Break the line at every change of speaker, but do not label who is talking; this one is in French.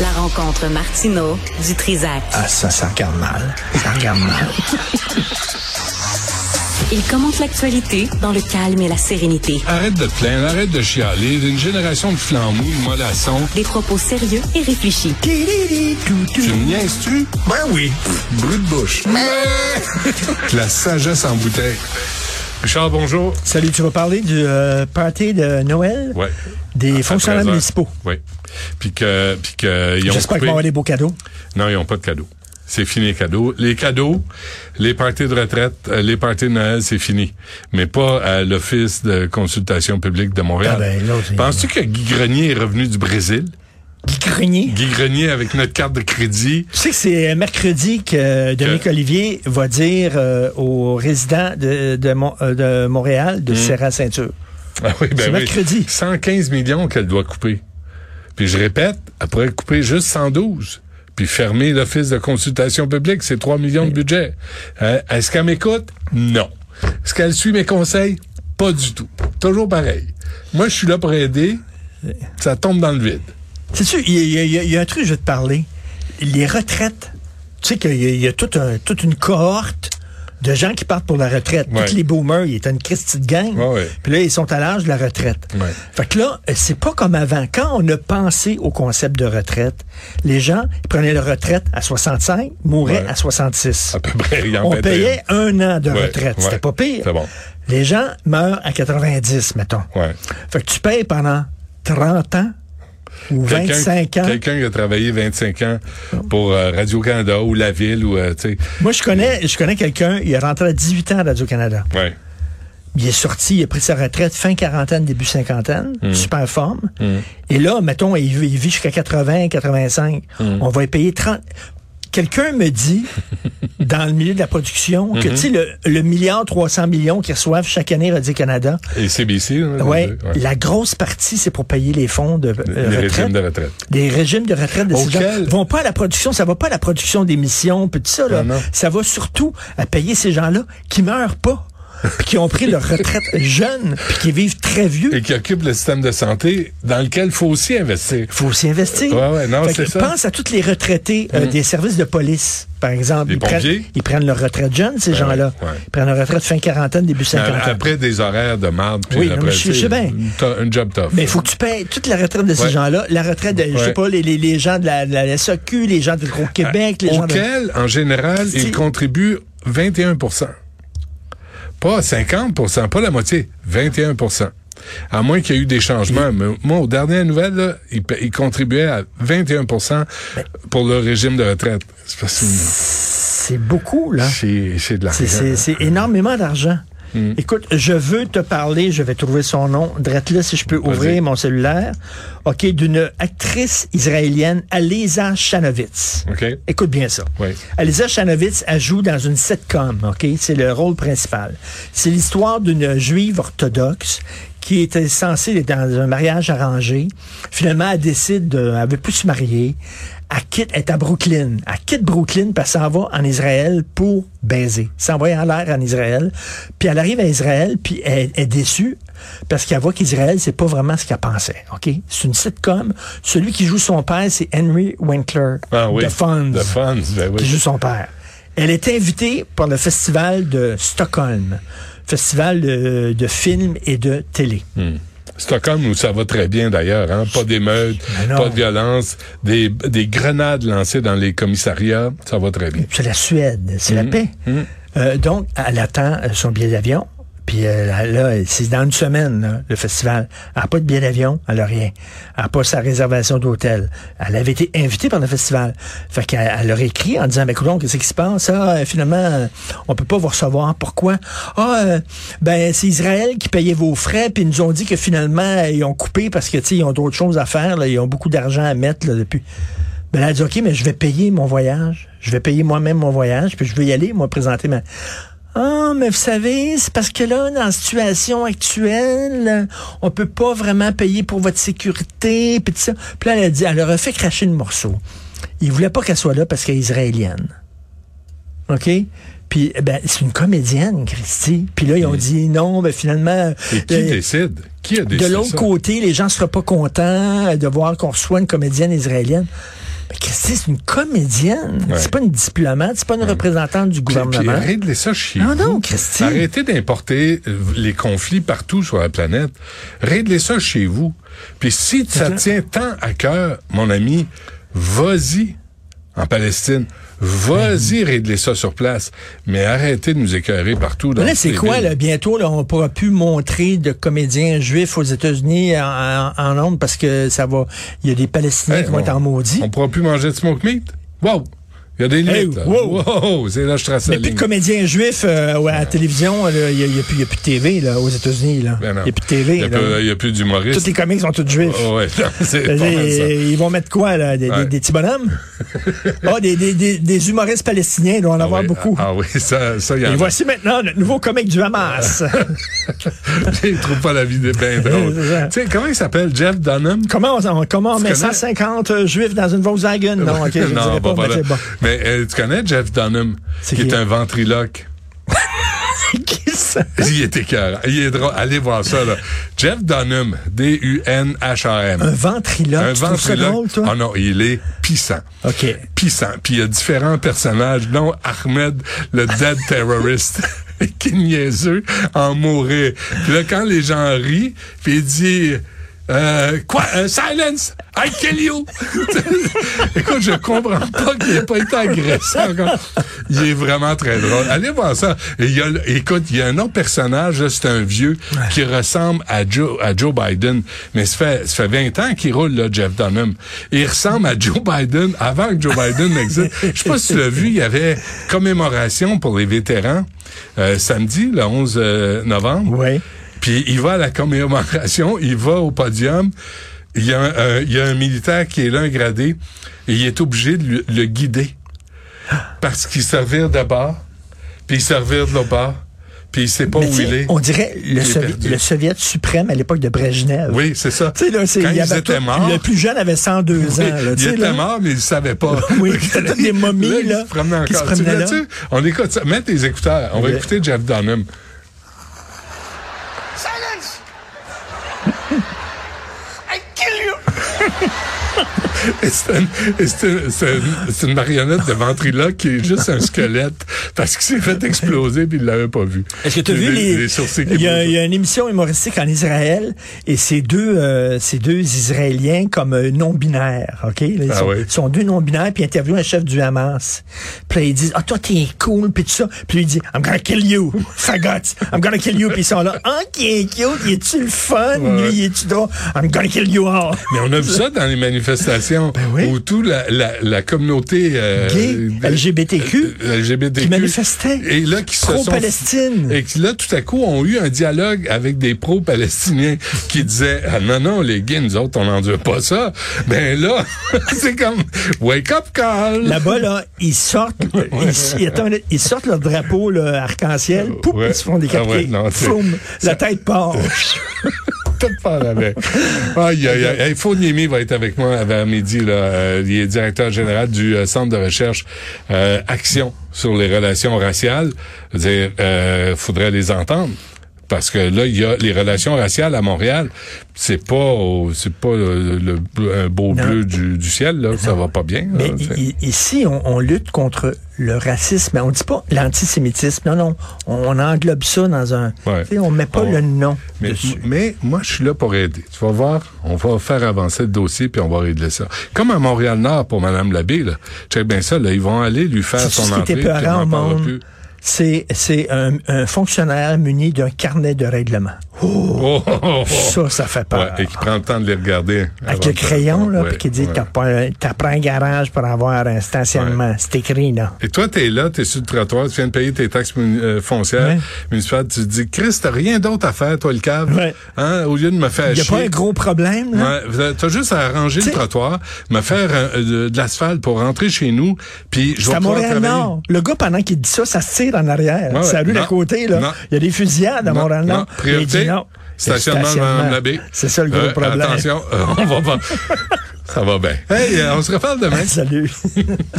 La rencontre Martino du Trizac.
Ah, ça, ça regarde mal. Ça regarde mal.
Il commente l'actualité dans le calme et la sérénité.
Arrête de te plaindre, arrête de chialer. Une génération de flambous, de mollassons.
Des propos sérieux et réfléchis.
Tu me niaises-tu?
Ben oui.
Brut de bouche. La sagesse en bouteille. Richard, bonjour.
Salut, tu vas parler du euh, party de Noël
Ouais.
des
À
fonctionnaires
13 heures.
municipaux.
Oui. Puis que, puis que, ils ont
J'espère qu'ils
coupé-
vont avoir des beaux cadeaux.
Non, ils n'ont pas de cadeaux. C'est fini les cadeaux. Les cadeaux, les parties de retraite, euh, les parties de Noël, c'est fini. Mais pas à l'Office de consultation publique de Montréal.
Ah ben, là, c'est-
Penses-tu que Guy Grenier est revenu du Brésil?
Guy Grenier.
Guy Grenier avec notre carte de crédit.
Tu sais que c'est euh, mercredi que euh, Dominique
Que-
Olivier va dire euh, aux résidents de, de, Mon- euh, de Montréal
Hmm.
de serrer la ceinture.
Ah oui, ben
C'est
oui.
mercredi.
115 millions qu'elle doit couper. Puis je répète, elle pourrait couper juste 112. Puis fermer l'Office de consultation publique, c'est 3 millions de budget. Euh, Est-ce qu'elle m'écoute? Non. Est-ce qu'elle suit mes conseils? Pas du tout. Toujours pareil. Moi, je suis là pour aider. Ça tombe dans le vide.
Sais-tu, il y, a- il y a- il y a- il y a un truc, je vais te parler. Les retraites. Tu sais qu'il y a, il y a toute, un- toute une cohorte de gens qui partent pour la retraite.
Ouais.
Tous les boomers, ils étaient une Christie de gang.
Ouais, ouais.
Puis là, ils sont à l'âge de la retraite.
Ouais.
Fait que là, euh, c'est pas comme avant. Quand on a pensé au concept de retraite, les gens ils prenaient leur retraite à 65, mouraient
Ouais.
à 66.
À peu près, il en
on
pétait
payait un an de
Ouais,
retraite.
ouais.
C'était pas pire.
C'est bon.
Les gens meurent à 90, mettons.
Ouais.
Fait que tu payes pendant 30 ans ou
Quelqu'un-
25 ans.
Quelqu'un qui a travaillé 25 ans pour euh, Radio-Canada ou la ville ou, euh, tu sais,
Moi, je connais, je connais quelqu'un, il est rentré à 18 ans à Radio-Canada.
ouais.
Il est sorti, il a pris sa retraite fin quarantaine, début cinquantaine,
Hmm.
super forme. Et là, mettons, il, vit- il vit jusqu'à 80, 85.
Hmm.
On va y payer 30. Quelqu'un me dit, dans le milieu de la production,
Hmm.
que tu sais, le, le milliard 300 millions qu'ils reçoivent chaque année Radio-Canada,
Et CBC, là, les
ouais,
deux, Ah ouais.
la grosse partie, c'est pour payer les fonds de euh,
le régime
retraite.
de retraite.
Les régimes de retraite de ces gens
Auquel-
vont pas à la production, ça va pas à la production d'émissions, puis tout ça. Là.
Non, non.
Ça va surtout à payer ces gens-là qui meurent pas, puis qui ont pris leur retraite jeune, puis qui vivent très vieux.
et qui occupe le système de santé dans lequel il faut aussi investir.
faut aussi investir.
Ouais, ouais, non,
Fait
c'est
que
ça.
Pense à tous les retraités euh, des services de police, par exemple.
Les
ils, prennent,
pompiers.
ils prennent leur retraite jeune, ces
Ouais,
gens-là.
ouais. Ben,
Ils prennent leur retraite fin quarantaine, début cinquantaine.
Euh, Après des horaires de marde, puis
Oui, non,
après,
mais je- je
tu
sais bien.
une to- une job tough.
Mais il faut que tu payes toute la retraite de ces
Ouais.
gens-là. La retraite, de, je
Ouais.
sais pas, les, les, les gens de la, la, la SAQ, les gens du Gros-Québec, les gens de...
Auquel, en général,
Si.
il contribue 21 Pas 50 pas la moitié, 21 à moins qu'il y ait eu des changements. Mais moi, aux dernières nouvelles, là, il, pa- il contribuait à 21 pour le régime de retraite. C'est parce que
C'est beaucoup, là.
c'est- hein? c'est de l'argent.
C'est- C'est c'est énormément d'argent. Écoute, je veux te parler, je vais trouver son nom. Drette là si je peux ouvrir mon cellulaire. OK, d'une actrice israélienne, Aliza Chanovitz.
OK?
Écoute bien ça.
Oui.
Aliza Chanovitz, elle joue dans une sitcom, OK? C'est le rôle principal. C'est l'histoire d'une juive orthodoxe qui était censée être dans un mariage arrangé. Finalement, elle décide de, elle veut plus se marier. Elle quitte, elle est à Brooklyn. Elle quitte Brooklyn, puis elle s'en va en Israël pour baiser. S'envoyer en l'air en Israël. Puis elle arrive à Israël, puis elle elle est déçue parce qu'elle voit qu'Israël, c'est pas vraiment ce qu'elle pensait, OK? C'est une sitcom. Celui qui joue son père, c'est Henry Winkler
Ah oui.
de Fonz,
The Fonz, ben oui.
qui joue son père. Elle est invitée par le festival de Stockholm, festival de, de films et de télé.
Hmm. Stockholm, où ça va très bien d'ailleurs, hein? pas d'émeutes,
Mais non.
pas de violence, des, des grenades lancées dans les commissariats, ça va très bien.
C'est la Suède, c'est la paix. Euh, donc, elle attend euh, son billet d'avion. Puis euh, là, là, c'est dans une semaine, là, le festival. Elle n'a pas de billet d'avion, elle n'a rien. Elle n'a pas sa réservation d'hôtel. Elle avait été invitée par le festival. Fait qu'elle elle leur écrit en disant, ben coudonc, qu'est-ce qui se passe? Ah, euh, finalement, euh, on peut pas vous recevoir. Pourquoi? Ah, euh, ben c'est Israël qui payait vos frais, puis ils nous ont dit que finalement, euh, ils ont coupé parce que, tu sais, ils ont d'autres choses à faire. là. ils ont beaucoup d'argent à mettre là, depuis. Ben là, elle dit, OK, mais je vais payer mon voyage. Je vais payer moi-même mon voyage, puis je vais y aller, moi, présenter ma... Ah, mais vous savez, c'est parce que là, dans la situation actuelle, on peut pas vraiment payer pour votre sécurité, puis tout ça. Puis là, elle a dit, elle leur a fait cracher le morceau. Ils voulaient pas qu'elle soit là parce qu'elle est israélienne. OK? Puis, ben, c'est une comédienne, Christy. Puis là, ils ont dit, non, ben, finalement...
Et qui
euh,
décide? Qui a
de
décidé
l'autre
ça?
côté, les gens ne seraient pas contents euh, de voir qu'on reçoit une comédienne israélienne. Mais qu'est-ce que c'est? C'est une comédienne.
Ouais.
C'est pas une diplomate, c'est pas une représentante du
Puis, puis
gouvernement.
arrêtez de laisser ça chier.
Non, non, Christy.
Arrêtez d'importer euh, les conflits partout sur la planète. Réglez ça chez vous. Puis si ça tient tant à cœur, mon ami, vas-y en Palestine. Vas-y, réglez ça sur place. Mais arrêtez de nous écœurer partout. Dans
Mais là,
toutes
c'est
les
quoi,
villes.
là? Bientôt, là, on pourra plus montrer de comédiens juifs aux États-Unis en, en, en nombre parce que ça va. Il y a des Palestiniens
Hey,
qui vont
on-
être en maudit.
On pourra plus manger de smoke meat? Wow! Il y a des limites. là.
wow!
Wow! C'est là que je trace
Mais
la
plus
ligne.
de comédiens juifs euh, ouais, à la télévision, là, il n'y a, il y a plus il y a plus de TV là, aux États-Unis. là. Il
Ben non.
n'y a plus de TV.
Il y a
là.
plus- il y a plus d'humoristes.
Tous les comics sont tous juifs.
Ah ouais, non, c'est pas
Je veux
mal
dire,
ça.
Ils vont mettre quoi, là? Des, des-
Ouais.
des petits bonhommes? Ah, des, des- des- des humoristes palestiniens, il doit en
Ah
avoir
oui,
beaucoup.
Ah, ah oui, ça, ça, il y en
Et
a.
voici maintenant le nouveau comique du Hamas.
Il trouve pas la vie des bien drôle.
C'est ça.
tu sais, comment il s'appelle? Jeff Dunham?
comment on, comment on
Tu
met
connais?
150 juifs dans une Volkswagen? Non, ok, je ne
Non,
dirais pas,
pas
mais
là.
c'est bon.
Mais euh, tu connais Jeff Dunham,
C'est
qui, est
qui?
un ventriloque.
Qui ça?
Il est écœurant. Il est drôle. Allez voir ça, là. Jeff Dunham,
Un
D-U-N-H-A-M.
ventriloque. tu trouves ça drôle, toi?
Ah non, il est pissant.
OK.
Pissant. Puis il y a différents personnages, dont Ahmed, le dead terrorist. qui est niaiseux en mourir. Puis là, quand les gens rient, puis il dit euh, quoi euh, silence I kill you. Écoute, je comprends pas qu'il ait pas été agressé encore. Il est vraiment très drôle. Allez voir ça. Et il y a le- écoute, il y a un autre personnage, là, c'est un vieux qui ressemble à Joe à Joe Biden, mais ça fait ça fait 20 ans qu'il roule là Jeff Dunham. Il ressemble à Joe Biden avant que Joe Biden n'existe. Je sais pas si tu l'as vu, il y avait commémoration pour les vétérans euh, samedi le 11 euh, novembre.
Oui.
Puis il va à la commémoration, il va au podium. Il y a un, un- il y a un militaire qui est là, un gradé, et il est obligé de lui- le guider. Parce qu'il se revire de bord, puis il se revire de l'autre bord, puis il sait pas
Mais
où
tu sais,
il est.
on dirait
Il
le,
est
Sovi-
perdu.
le soviet suprême à l'époque de Brejnev.
Oui, c'est ça.
Tu sais, là, c'est-
Quand
il y
ils
avait
étaient
tout-
morts,
Le plus jeune avait 102 ans. Là, tu
il
sais,
était
là.
mort, mais il savait pas.
Oui, c'était toutes des momies, là,
Il se promenait encore.
qui se
Tu
promenaient
vois,
là.
tu sais, on écoute ça. Mets tes écouteurs. On va
Ok.
écouter Jeff Dunham.
Silence! I kill you!
Et C'est une, et c'est une- c'est une- c'est une marionnette de ventriloque qui est juste un squelette parce qu'il s'est fait exploser puis il l'avait pas vu.
Est-ce que tu as
Les-
vu les,
les sourcils qui
il, y a,
bougent.
il y a une émission humoristique en Israël et ces deux euh, ces deux Israéliens comme euh, non binaires, ok Là, Ils
Ah
sont,
oui.
ils sont deux non binaires puis ils interviewent un chef du Hamas. Puis là, ils disent ah toi t'es cool puis tout ça. Puis lui, il dit I'm gonna kill you fagot I'm gonna kill you puis ils sont là ah qui est cute il est tu le fun
Ouais, ouais.
lui il est tu drôle I'm gonna kill you all.
Mais on a vu ça dans les manifestations
Ben oui.
où toute la, la, la communauté euh,
Gay,
euh,
LGBTQ,
euh, LGBTQ
qui manifestait
et là qui se sont
Pro-Palestine.
et qui là tout à coup ont eu un dialogue avec des pro-palestiniens qui disaient ah non non les gays nous autres on n'endure pas ça ben là c'est comme wake up call
Là-bas, là, ils sortent, ils, ils- attends une minute, ils sortent leur drapeau là, arc-en-ciel, pouf,
Ouais.
ils se font décapiter.
Ah ouais, non, c'est-
Froum, la tête part.
tout faire avec. Aïe, aïe, aïe. Hey, Fournier va être avec moi vers midi. Là. Euh, il est directeur général du euh, Centre de recherche euh, Action sur les relations raciales. Je veux dire, euh, faudrait les entendre. Parce que là, il y a les relations raciales à Montréal, c'est pas au- c'est pas le, le- le- un beau
Non.
bleu du, du ciel là, ça va pas bien. là,
Mais
c'est-
i- i- ici, on, on lutte contre le racisme. On dit pas l'antisémitisme. Non, non. On, on englobe ça dans un.
Ouais.
Tu sais, On met pas
On-
le nom
Mais,
dessus.
mais moi, je suis là pour aider. Tu vas voir, on va faire avancer le dossier puis on va régler ça. Comme à Montréal-Nord pour Mme Labbé, là. Check bien ça, là. Ils vont aller lui faire
C'est
son
ce qui
entrée.
était
puis on
peurant
en
au
parlera
monde.
plus.
C'est c'est un, un fonctionnaire muni d'un carnet de règlement.
Oh, oh, oh, oh.
Ça, ça fait peur.
Ouais, et qui prend le temps de les regarder.
Avec
avant
le
de-
crayon, là,
Ouais,
puis qui dit
ouais.
t'as pas- t'as pas un garage pour avoir un stationnement. C'est écrit, là.
Et toi, t'es là, t'es sur le trottoir, tu viens de payer tes taxes mun- euh, foncières
Ouais.
municipales, tu te dis, Chris, t'as rien d'autre à faire, toi, le cave.
Ouais.
Hein, au lieu de me faire
Il n'y a
chier.
pas un gros problème, là?
Ouais, vous avez- t'as juste à
Hein?
arranger
T'sais-
le trottoir, me faire euh, de, de l'asphalte pour rentrer chez nous, puis je
C'est
vais
à
pouvoir travailler.
Montréal-Nord. Le gars, pendant qu'il dit ça, ça se tire en arrière.
Ouais, ouais.
C'est à lui
Non.
d'à côté, là.
Non.
Il y a des fusillades à
Non,
Montréal-Nord.
non. Priorité,
Il dit non. Il y a du
stationnement, Mme Labbé.
C'est ça le gros
Euh,
problème.
Attention, euh, on va pas. Ça va bien. Hey, euh, on se reparle demain.
Hein? Salut.